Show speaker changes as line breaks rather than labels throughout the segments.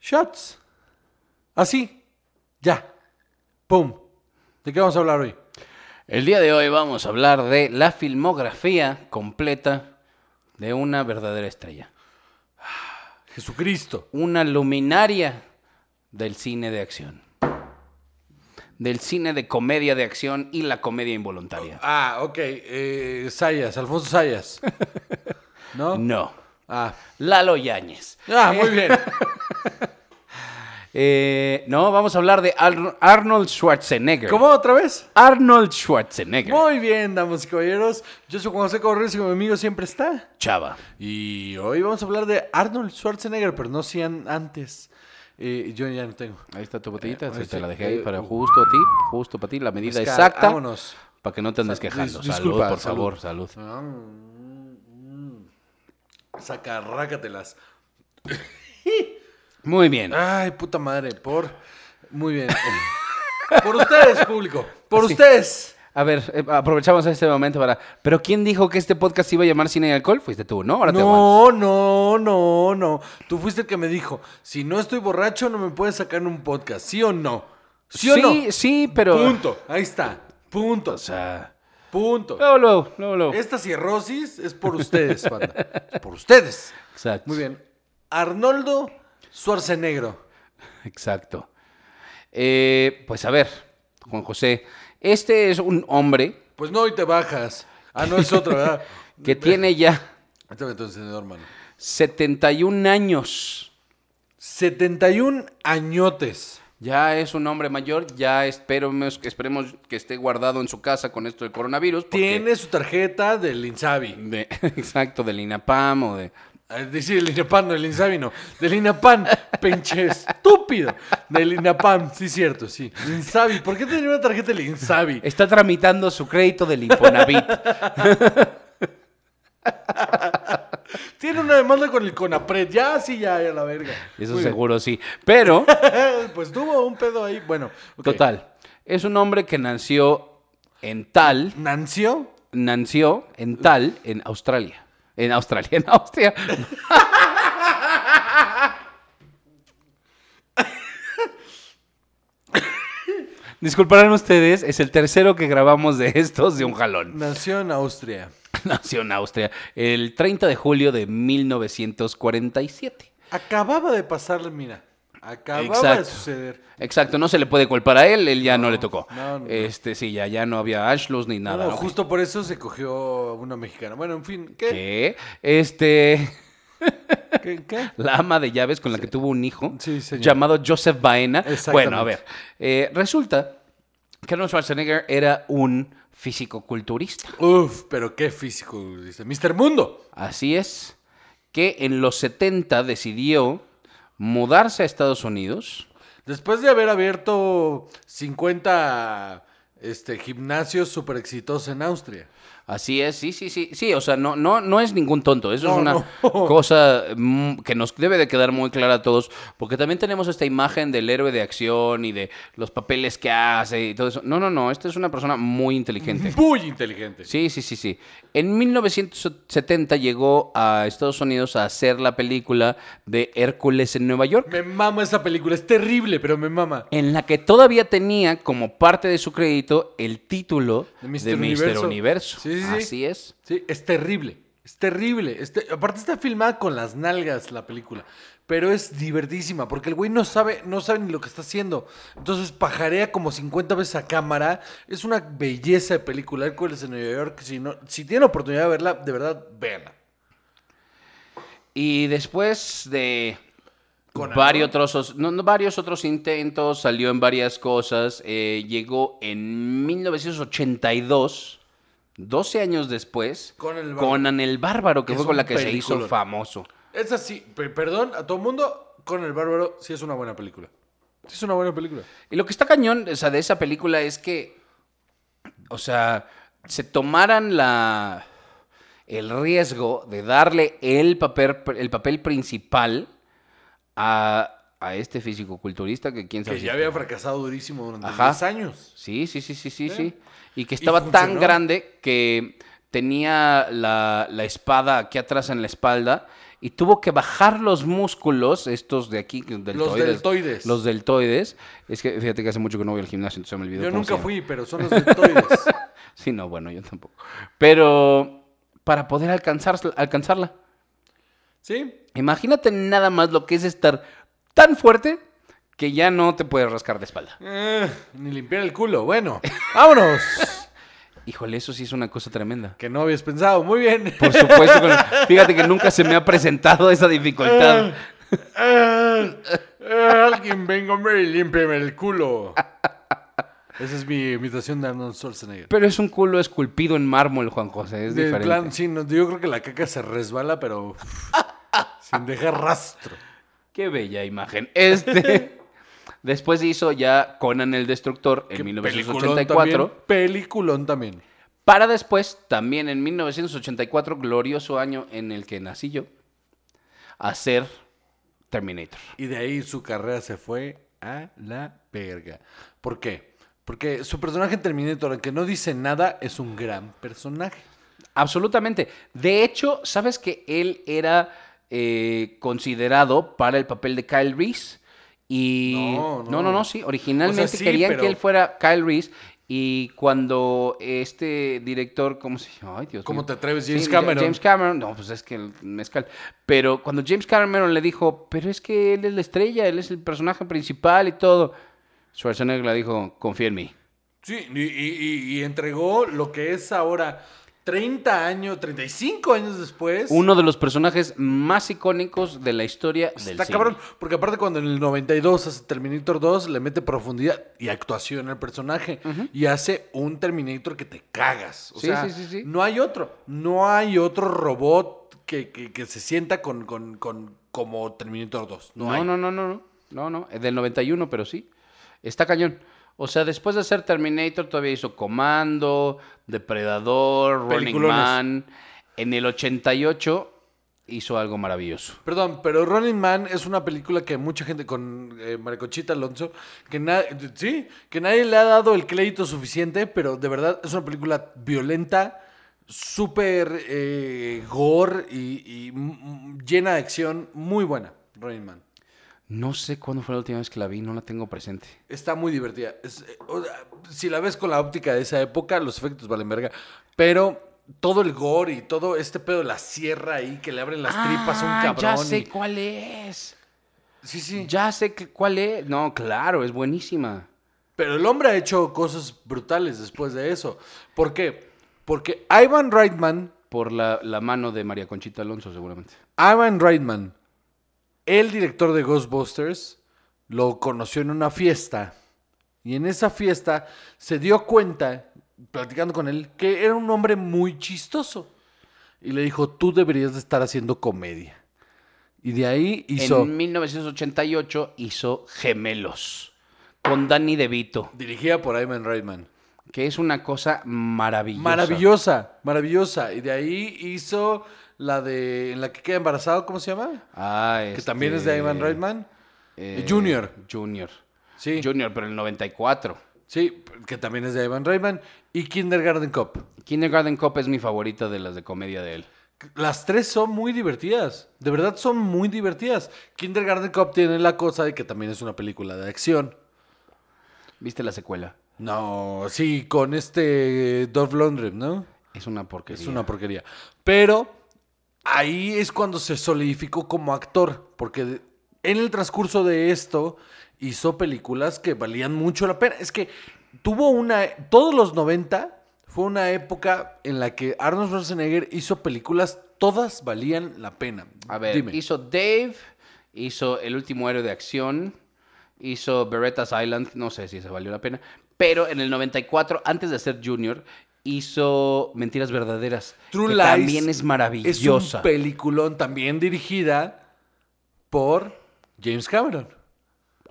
Shots. Así. Ya. Pum. ¿De qué vamos a hablar hoy?
El día de hoy vamos a hablar de la filmografía completa de una verdadera estrella.
Jesucristo.
Una luminaria del cine de acción. Del cine de comedia de acción y la comedia involuntaria.
Ah, ok. Eh, Sayas, Alfonso Sayas. ¿No?
No.
Ah.
Lalo Yáñez.
Ah, muy bien.
Eh, no, vamos a hablar de Ar- Arnold Schwarzenegger.
¿Cómo otra vez?
Arnold Schwarzenegger.
Muy bien, damas y caballeros. Yo soy Juan José Correos y mi amigo siempre está.
Chava.
Y hoy vamos a hablar de Arnold Schwarzenegger, pero no sean antes. Eh, yo ya no tengo.
Ahí está tu botellita,
Eh,
se
ahí
te
sí,
la dejé ahí
eh,
para
uh.
justo a ti, justo para ti, la medida
Mezcal,
exacta.
Pues, vámonos.
Para que no te andes
Sal- dis-
quejando.
disculpa,
salud, por
salud. Ah.
favor, salud.
Sacarrácatelas.
Muy bien.
Ay, puta madre, por. Muy bien. por ustedes, público. Por ustedes.
A ver, eh, aprovechamos este momento para. ¿Pero quién dijo que este podcast iba a llamar Cine y Alcohol? Fuiste tú, ¿no? Ahora te aguantas.
No, no, no, no. Tú fuiste el que me dijo: si no estoy borracho, no me puedes sacar un podcast. ¿Sí o no? ¿Sí o no?
sí, sí, pero.
Punto. Ahí está. Punto.
O sea.
Punto.
Luego, luego, luego, luego.
Esta cirrosis es por ustedes, banda. Es Por ustedes.
Exacto.
Muy bien. Arnoldo Schwarzenegger.
Exacto. Eh, pues a ver, Juan José. Este es un hombre
Pues no, hoy te bajas. Ah, no, es otro, ¿verdad?
que tiene ya
Ahorita me entonces, hermano.
71 años.
71 añotes.
Ya es un hombre mayor, ya esperemos, esperemos que esté guardado en su casa con esto del coronavirus. porque-
Tiene su tarjeta del Insabi. Eh,
de- exacto, del INAPAM o de...
Es decir, el INAPAN, no, el Insabi no. Del INAPAN, pinche estúpido. Del INAPAN, sí, cierto, sí. Insabi. ¿Por qué tenía una tarjeta del Insabi?
Está tramitando su crédito del Infonavit.
Tiene una demanda con el Conapred. Ya, sí, ya, ya la verga.
Eso
Muy bien.
seguro sí. Pero,
pues tuvo un pedo ahí. Bueno, ok.
total, es un hombre que nació en Tal,
Nancio.
nació en Tal, en Australia. En Australia, en Austria. Disculparán ustedes, es el tercero que grabamos de estos de un jalón.
Nació en Austria.
Nació en Austria el 30 de julio de 1947.
Acababa de pasarle, mira. Acababa de
Exacto.
suceder.
Exacto, no se le puede culpar a él, él ya no, le tocó.
no, no.
Este, sí, ya, ya no había Ashlus ni
No,
nada.
no,
ok.
justo por eso se cogió a una mexicana. Bueno, en fin, ¿qué?
¿Qué? Este,
¿Qué? ¿Qué? qué?
la ama de llaves con la que tuvo un hijo
Sí, señor.
llamado Joseph Baena.
Exactamente.
Bueno, a ver, eh, resulta que Arnold Schwarzenegger era un físico-culturista.
Uf, pero qué físico, dice. Mister Mundo.
Así es, que en los 70 decidió mudarse a Estados Unidos.
Después de haber abierto 50 este, gimnasios súper exitosos en Austria.
Así es, sí, sí, sí, sí, o sea, no, no, no es ningún tonto, eso
No,
es una
no.
cosa mm, que nos debe de quedar muy clara a todos, porque también tenemos esta imagen del héroe de acción y de los papeles que hace y todo eso. No, no, no, esta es una persona muy inteligente.
Muy inteligente.
Sí, sí, sí, sí. En 1970 llegó a Estados Unidos a hacer la película de Hércules en Nueva York,
Me mama esa película. Es terrible, pero me mama.
en la que todavía tenía como parte de su crédito el título
De
de
Mr.
Mr. Universo.
Universo. Sí, sí, sí.
Así es.
Sí, es terrible. Es terrible. es te- Aparte está filmada con las nalgas la película. Pero es divertísima porque el güey no sabe, no sabe ni lo que está haciendo. Entonces pajarea como 50 veces a cámara. Es una belleza de película. Hércules en Nueva York. Si, no, si tienen oportunidad de verla, de verdad, véanla.
Y después de
Con
varios
algo.
otros, no, no, varios otros intentos, salió en varias cosas, eh, llegó en 1982, 12 años después,
Conan el Bárbaro.
Conan el Bárbaro, que
Es
fue con
un
la que se hizo
peliculón.
famoso.
Es así. pe- Perdón a todo mundo. Con el bárbaro sí es una buena película. Sí es una buena película.
Y lo que está cañón, o sea, de esa película es que, o sea, se tomaran la el riesgo de darle el papel, el papel principal a, a este físico-culturista que quién sabe
Que
si
ya
es-
había fracasado durísimo durante
Ajá.
10 años.
Sí, sí, sí, sí, sí,
Sí.
sí. Y que
Y
estaba tan
funcionó.
grande que tenía la, la espada aquí atrás en la espalda y tuvo que bajar los músculos, estos de aquí, deltoides.
Los deltoides.
Los deltoides. Es que fíjate que hace mucho que no voy al gimnasio, entonces se me olvidó.
Yo
cómo se
nunca
llama.
fui, pero son los deltoides.
Sí, no, bueno, yo tampoco. Pero para poder alcanzar, alcanzarla.
¿Sí?
Imagínate nada más lo que es estar tan fuerte que ya no te puedes rascar la espalda.
Eh, ni limpiar el culo. Bueno, vámonos.
Híjole, eso sí es una cosa tremenda.
que no habías pensado. Muy bien.
Por supuesto, que no. fíjate que nunca se me ha presentado esa dificultad.
Ah. Eh, eh, alguien venga, hombre, y límpiame el culo. Esa es mi imitación de Arnold Schwarzenegger.
Pero es un culo esculpido en mármol, Juan José. Es
Del
diferente.
plan, sí, no, yo creo que la caca se resbala, pero sin dejar rastro.
Qué bella imagen. Este. Después hizo ya Conan el Destructor en
Qué
1984.
Peliculón también. Peliculón también.
Para después, también en 1984, glorioso año en el que nací yo, hacer Terminator.
Y de ahí su carrera se fue a la verga. ¿Por qué? Porque su personaje en Terminator, aunque no dice nada, es un gran personaje.
Absolutamente. De hecho, ¿sabes que él era eh, considerado para el papel de Kyle Reese? Y...
No, no.
no, no, sí. Originalmente
sí,
querían
pero-
que él fuera Kyle Reese. Y cuando este director, ¿cómo se llama? Ay, Dios
¿Cómo
mío.
te atreves, James
Sí,
Cameron?
James Cameron, no, pues es que el mezcal. Pero cuando James Cameron le dijo, pero es que él es la estrella, él es el personaje principal y todo. Schwarzenegger le dijo, confía en mí.
Sí, y, y- y- y entregó lo que es ahora 30 años, 35 años después.
Uno de los personajes más icónicos de la historia del
Está
cine.
cabrón, porque aparte cuando en el 92 hace Terminator 2, le mete profundidad y actuación al personaje y hace un Terminator que te cagas. O
Sí,
sea,
sí, sí, sí.
no hay otro. No hay otro robot que, que- que se sienta con, con- con- como Terminator 2. No,
No,
hay.
no, no, no, no. No, no. Es del 91, pero sí. Está cañón. O sea, después de hacer Terminator, todavía hizo Comando, Depredador, Running
Peliculones.
Man. En el 88 hizo algo maravilloso.
Perdón, pero Running Man es una película que mucha gente con eh, Maricochita Alonso, que, na- sí, que nadie le ha dado el crédito suficiente, pero de verdad es una película violenta, súper eh, gore y, y m- m- llena de acción, muy buena, Running Man.
No sé cuándo fue la última vez que la vi, no la tengo presente.
Está muy divertida. Es, eh, o sea, si la ves con la óptica de esa época, los efectos valen verga, pero... Todo el gore y todo este pedo de la sierra ahí que le abren las tripas a un
Ah,
cabrón.
Ya sé
y-
cuál es.
Sí, sí.
Ya sé que- cuál es. No, claro, es buenísima.
Pero el hombre ha hecho cosas brutales después de eso. ¿Por qué? Porque Ivan Reitman,
Por la, la mano de María Conchita Alonso, seguramente.
Ivan Reitman, el director de Ghostbusters, lo conoció en una fiesta. Y en esa fiesta se dio cuenta, platicando con él, que era un hombre muy chistoso. Y le dijo, tú deberías de estar haciendo comedia. Y de ahí hizo...
En 1988 hizo Gemelos con Danny DeVito,
Dirigida por Ivan Reitman.
que es una cosa maravillosa.
Maravillosa, maravillosa. Y de ahí hizo la de... En la que queda embarazado, ¿cómo se llama?
Ah,
Que
este,
también es de Ivan Reitman.
eh,
Junior.
Junior.
Sí.
Junior, pero el 94.
Sí, que también es de Ivan Reitman. Y Kindergarten Cop.
Kindergarten Cop es mi favorita de las de comedia de él.
Las tres son muy divertidas. De verdad son muy divertidas. Kindergarten Cop tiene la cosa de que también es una película de acción.
¿Viste la secuela?
No, sí, con este Dolph Lundgren, ¿no?
Es una porquería.
Es una porquería. Pero ahí es cuando se solidificó como actor, porque de- en el transcurso de esto hizo películas que valían mucho la pena. Es que tuvo una... Todos los 90 fue una época en la que Arnold Schwarzenegger hizo películas, todas valían la pena.
A ver,
Dime.
hizo Dave, hizo El último héroe de acción, hizo Beretta's Island, no sé si se valió la pena, pero en el 94, antes de ser Junior, hizo Mentiras Verdaderas,
True
que
Lies
también es
Es un
maravillosa.
peliculón también dirigida por James Cameron.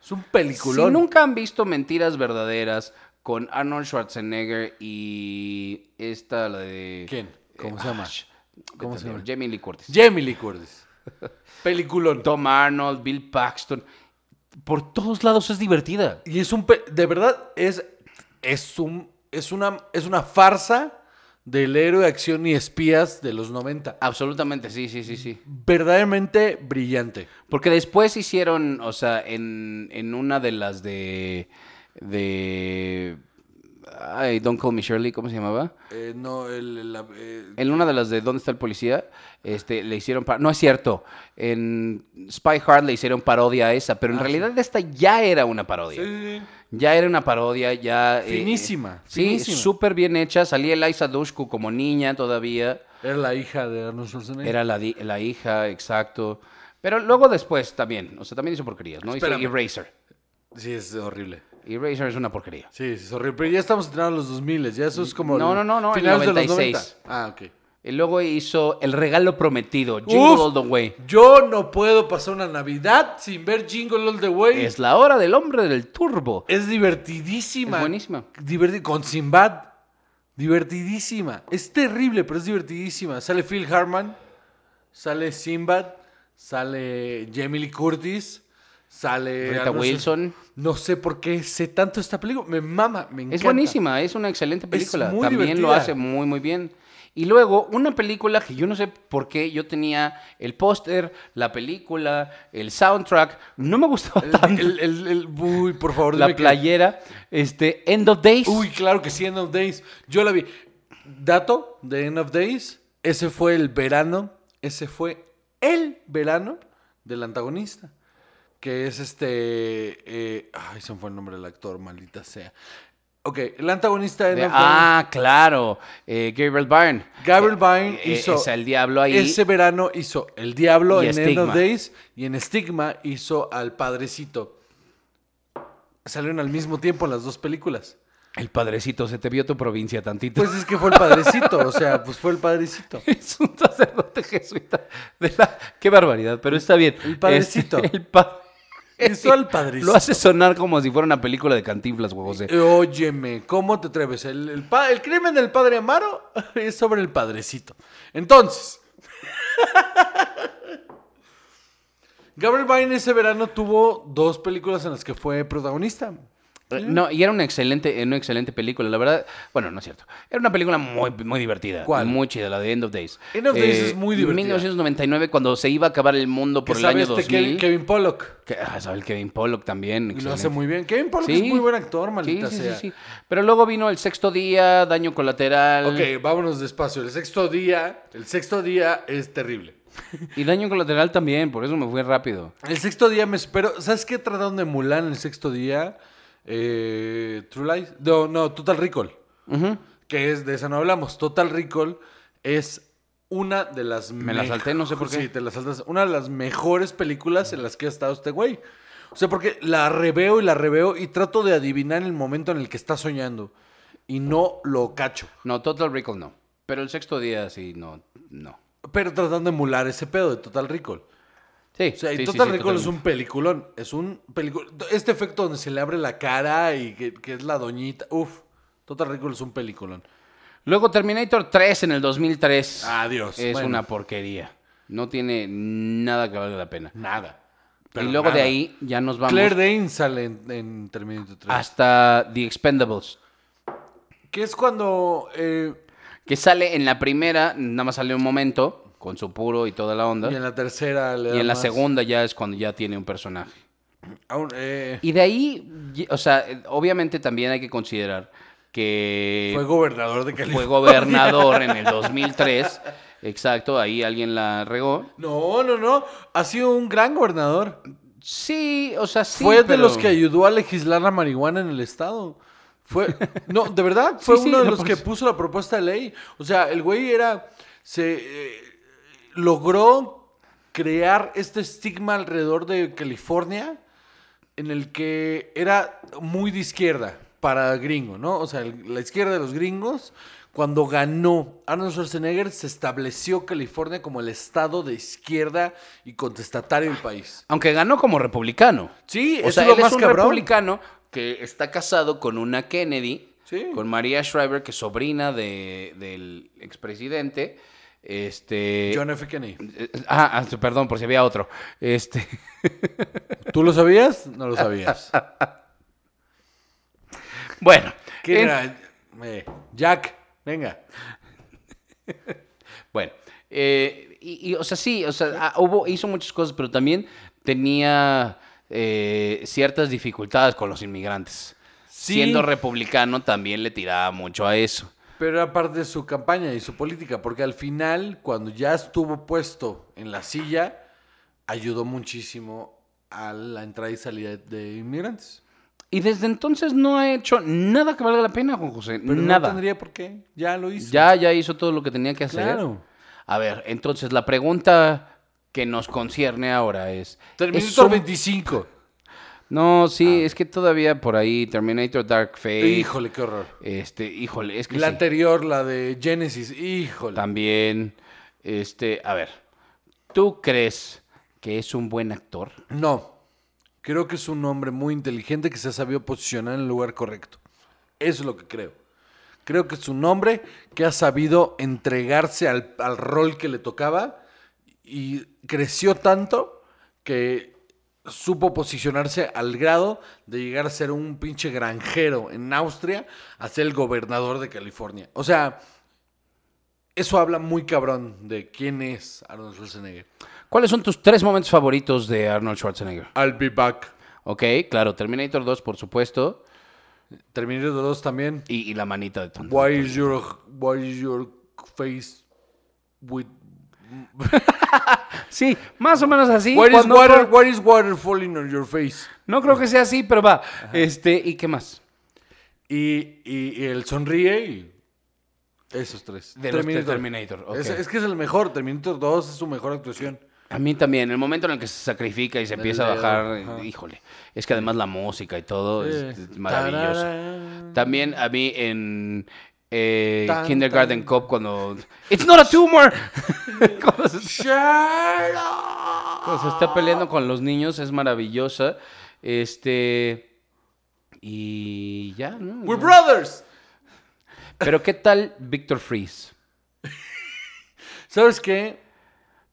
Es un peliculón.
si nunca han visto Mentiras Verdaderas con Arnold Schwarzenegger y esta, la de...
¿Quién? ¿Cómo
eh,
se llama?
ah, sh-
¿Cómo
vete
se
a ver,
llama?
Jamie Lee Curtis.
Jamie Lee Curtis. Peliculón.
Tom Arnold, Bill Paxton. Por todos lados es divertida.
Y es un... pe- De verdad, es... Es un... Es una, es una farsa del héroe, acción y espías de los 90.
Absolutamente, sí, sí, sí, sí.
Verdaderamente brillante.
Porque después hicieron, o sea, en, en una de las de. de. Ay, Don't Call Me Shirley, ¿cómo se llamaba?
Eh, no, el, el- la- eh,
En una de las de ¿Dónde está el policía? Este, le hicieron par- No es cierto. En Spy Hard le hicieron parodia a esa, pero en realidad esta ya era una parodia.
Ah, sí, sí, sí.
Ya era una parodia, ya. eh,
Finísima,
sí,
finísima.
súper bien hecha. Salía Eliza Dushku como niña todavía.
Era la hija de Arnold Schwarzenegger.
Era la, di- la hija, exacto. Pero luego después también, o sea, también hizo porquerías, ¿no?
Espérame.
Hizo Eraser.
Sí, es horrible.
Eraser es una porquería.
Sí, sí, es horrible. Pero ya estamos entrando a los 2000, ya eso es como.
No,
el
no, no, no, el
finales de los
96.
90. Ah, ok.
Y luego hizo El Regalo Prometido, Jingle
Uf.
All the Way.
Yo no puedo pasar una Navidad sin ver Jingle All the Way.
Es la hora del hombre del turbo.
Es divertidísima.
Es buenísima.
Diverti- con Sinbad. Divertidísima. Es terrible, pero es divertidísima. Sale Phil Harman. Sale Sinbad. Sale Jamie Lee Curtis. Sale.
Rita
Arnold Schwar-
Wilson.
No sé por qué sé tanto esta película. Me mama, me encanta.
Es buenísima, es una excelente película.
muy
También lo
divertida.
hace muy, muy bien. Y luego, una película que yo no sé por qué yo tenía el póster, la película, el soundtrack, no me gustaba
El,
tanto
el- el- el- uy, por favor,
la
dime que-
playera, este, End of Days.
Uy, claro que sí, End of Days. Yo la vi. Dato de End of Days. Ese fue el verano. Ese fue el verano del antagonista. Que es este. eh, ay, se me fue el nombre del actor, maldita sea. Ok, el antagonista de End
De-
of Days.
ah, claro, eh, Gabriel Byrne.
Gabriel Byrne
Eh,
hizo.
es el diablo ahí.
Ese verano hizo El Diablo
Y
en End
Estigma.
of Days y en Stigma hizo al Padrecito. Salieron al mismo tiempo las dos películas.
El padrecito, se te vio tu provincia tantito.
Pues es que fue el padrecito, o sea, pues fue el padrecito.
es un sacerdote jesuita. de la- Qué barbaridad, pero está bien.
El padrecito.
Este, el pa-
Hizo al padrecito.
Lo hace sonar como si fuera una película de cantinflas, güey, José.
Eh, Óyeme, ¿cómo te atreves? El, el pa- el crimen del padre Amaro es sobre el padrecito. Entonces, Gabriel Byrne ese verano tuvo dos películas en las que fue protagonista.
Eh, No, y era una excelente, eh, una excelente película, la verdad. Bueno, no es cierto. Era una película muy, muy divertida.
¿Cuál?
Muy chida, la de End of Days. Eh,
End of Days es muy divertida.
1999, cuando se iba a acabar el mundo por
que
el año
sabe
2000.
este Kevin, Kevin Pollock.
Que, ah, sabe el Kevin Pollock también.
Y lo hace
excelente.
muy bien. Kevin Pollock
Sí.
es muy buen actor, maldita
sí, sí,
sea.
sí, sí. Pero luego vino el sexto día, daño colateral.
Ok, vámonos despacio. El sexto día, el sexto día es terrible.
Y daño colateral también, por eso me fui rápido.
El sexto día me espero. ¿Sabes qué trataron de Mulan el sexto día? Eh, True Lies. No, no, Total Recall.
Ujú.
Que es, de esa no hablamos. Total Recall es una de las
Me la salté, no sé por qué.
Sí, te la saltas. Una de las mejores películas en las que ha estado este güey. O sea, porque la reveo y la reveo y trato de adivinar el momento en el que está soñando. Y no lo cacho.
No, Total Recall no. Pero el sexto día sí, no, no.
Pero tratando de emular ese pedo de Total Recall.
Sí,
O sea, y
sí, sí,
Total
sí,
Recall es
totalmente.
un peliculón. Es un peliculón. Este efecto donde se le abre la cara y que, que es la doñita. Uf, Total Recall es un peliculón.
Luego Terminator 3 en el 2003.
Adiós.
Es
Bueno.
una porquería. No tiene nada que valga la pena.
Nada.
y luego de ahí ya nos vamos
Claire Danes sale en, en Terminator 3.
hasta The Expendables.
Que es cuando. eh,
Que sale en la primera, nada más sale un momento, con su puro y toda la onda.
y en la tercera. le
Y
da
en la
más.
segunda ya es cuando ya tiene un personaje.
Aún, eh,
Y de ahí, y- o sea, eh, obviamente también hay que considerar que
fue gobernador de
fue,
California.
gobernador en el 2003. Exacto, ahí alguien la regó.
No, no, no. Ha sido un gran gobernador.
Sí, o sea, sí.
fue de
pero-
los que ayudó a legislar la marihuana en el estado. Fue, no, de verdad, fue
Sí, sí,
uno de
no,
los
por
que
su-
puso la propuesta de ley. O sea, el güey era, se eh, logró crear este estigma alrededor de California en el que era muy de izquierda para gringo, ¿no? O sea, el- la izquierda de los gringos, cuando ganó Arnold Schwarzenegger, se estableció California como el estado de izquierda y contestatario del país.
Aunque ganó como republicano.
Sí,
O
eso
sea,
es lo
él
más
es un
cabrón.
republicano que está casado con una Kennedy,
Sí.
con María Shriver, que es sobrina de- del expresidente. Este.
John F. Kennedy.
eh, Ah, ah, perdón, por si había otro. Este.
¿Tú lo sabías? No lo sabías.
Bueno.
¿Quién
en-
era? Eh, Jack, venga.
Bueno, eh, y, y, o sea, sí, o sea, ah, hubo, hizo muchas cosas, pero también tenía eh, ciertas dificultades con los inmigrantes.
Sí.
Siendo republicano también le tiraba mucho a eso.
Pero era parte de su campaña y su política, porque al final, cuando ya estuvo puesto en la silla, ayudó muchísimo a la entrada y salida de inmigrantes.
Y desde entonces no ha hecho nada que valga la pena, Juan José.
Pero no
nada.
tendría por qué, ya lo hizo.
ya, ya hizo todo lo que tenía que hacer.
claro.
A ver, entonces la pregunta que nos concierne ahora es... ¿es
Terminator Ah.
un-
25.
No, sí, es que todavía por ahí Terminator Dark Fate.
Híjole, qué horror.
Este, híjole, es que
La
Eh, sí,
anterior, la de Genesis, híjole.
también. Este, a ver, ¿tú crees que es un buen actor?
No. Creo que es un hombre muy inteligente que se ha sabido posicionar en el lugar correcto. Eso es lo que creo. Creo que es un hombre que ha sabido entregarse al, al rol que le tocaba y creció tanto que supo posicionarse al grado de llegar a ser un pinche granjero en Austria a ser el gobernador de California. O sea, eso habla muy cabrón de quién es Arnold Schwarzenegger.
¿Cuáles son tus tres momentos favoritos de Arnold Schwarzenegger?
I'll be back.
Ok, claro, Terminator 2, por supuesto,
Terminator 2 también.
y, y la manita de Tom.
Why is your why is your face with
Sí, más o menos así.
What is
cuando-
water what is water falling on your face?
No creo que sea así, pero va. Este, ¿y qué más?
Y, y, y el sonríe y esos tres.
De los tres Terminator, ok.
Es, es que es el mejor. Terminator 2 es su mejor actuación.
A mí también, el momento en el que se sacrifica y se empieza a
dedo,
bajar,
ajá.
híjole, es que además la música y todo es, Pues, es maravilloso.
Eh. Tararán.
También a mí en eh,
Tan,
Kindergarten Cop cuando... ¡It's not a tumor! cuando, se,
Sherlock.
cuando se Pues, está
Ah.
peleando con los niños es maravillosa. Este... Y ya, ¿no?
We're brothers.
Pero ¿qué tal Victor Freeze?
¿Sabes qué?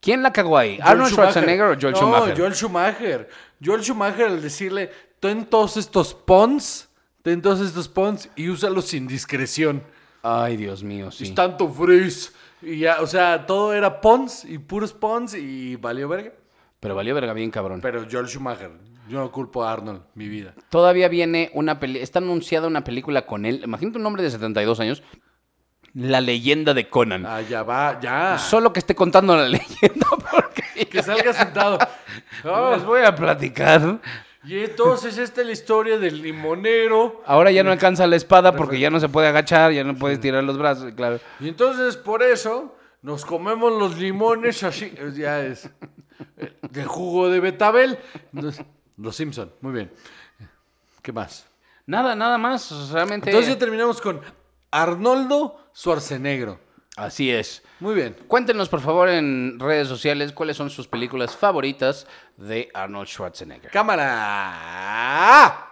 ¿Quién la cagó ahí?
Joel
¿Arnold
Schumacher.
Schwarzenegger o Joel
no,
Schumacher?
Joel Schumacher. Joel Schumacher al decirle, ten todos estos pons, ten todos estos pons y úsalos sin discreción.
Ay, Dios mío, sí.
Es tanto frizz. Y ya, o sea, todo era pons y puros pons y valió verga.
Pero valió verga bien cabrón.
Pero Joel Schumacher, yo no culpo a Arnold, mi vida.
Todavía viene una película, está anunciada una película con él. Imagínate un hombre de 72 años. La leyenda de Conan.
Ah, ya va, ya.
Solo que esté contando la leyenda porque
Que salga sentado.
yo
Ah,
les pues voy a platicar.
y entonces esta es la historia del limonero.
Ahora ya no alcanza la espada porque ya no se puede agachar, ya no puedes tirar los brazos, claro.
Y entonces por eso nos comemos los limones así, eh, ya es, eh, de jugo de betabel. Entonces, Los Simpson, muy bien. ¿Qué más?
Nada, nada más, o sea, realmente
Entonces ya terminamos con Arnoldo Suarcenegro.
así es.
Muy bien.
Cuéntenos por favor en redes sociales cuáles son sus películas favoritas de Arnold Schwarzenegger.
Cámara.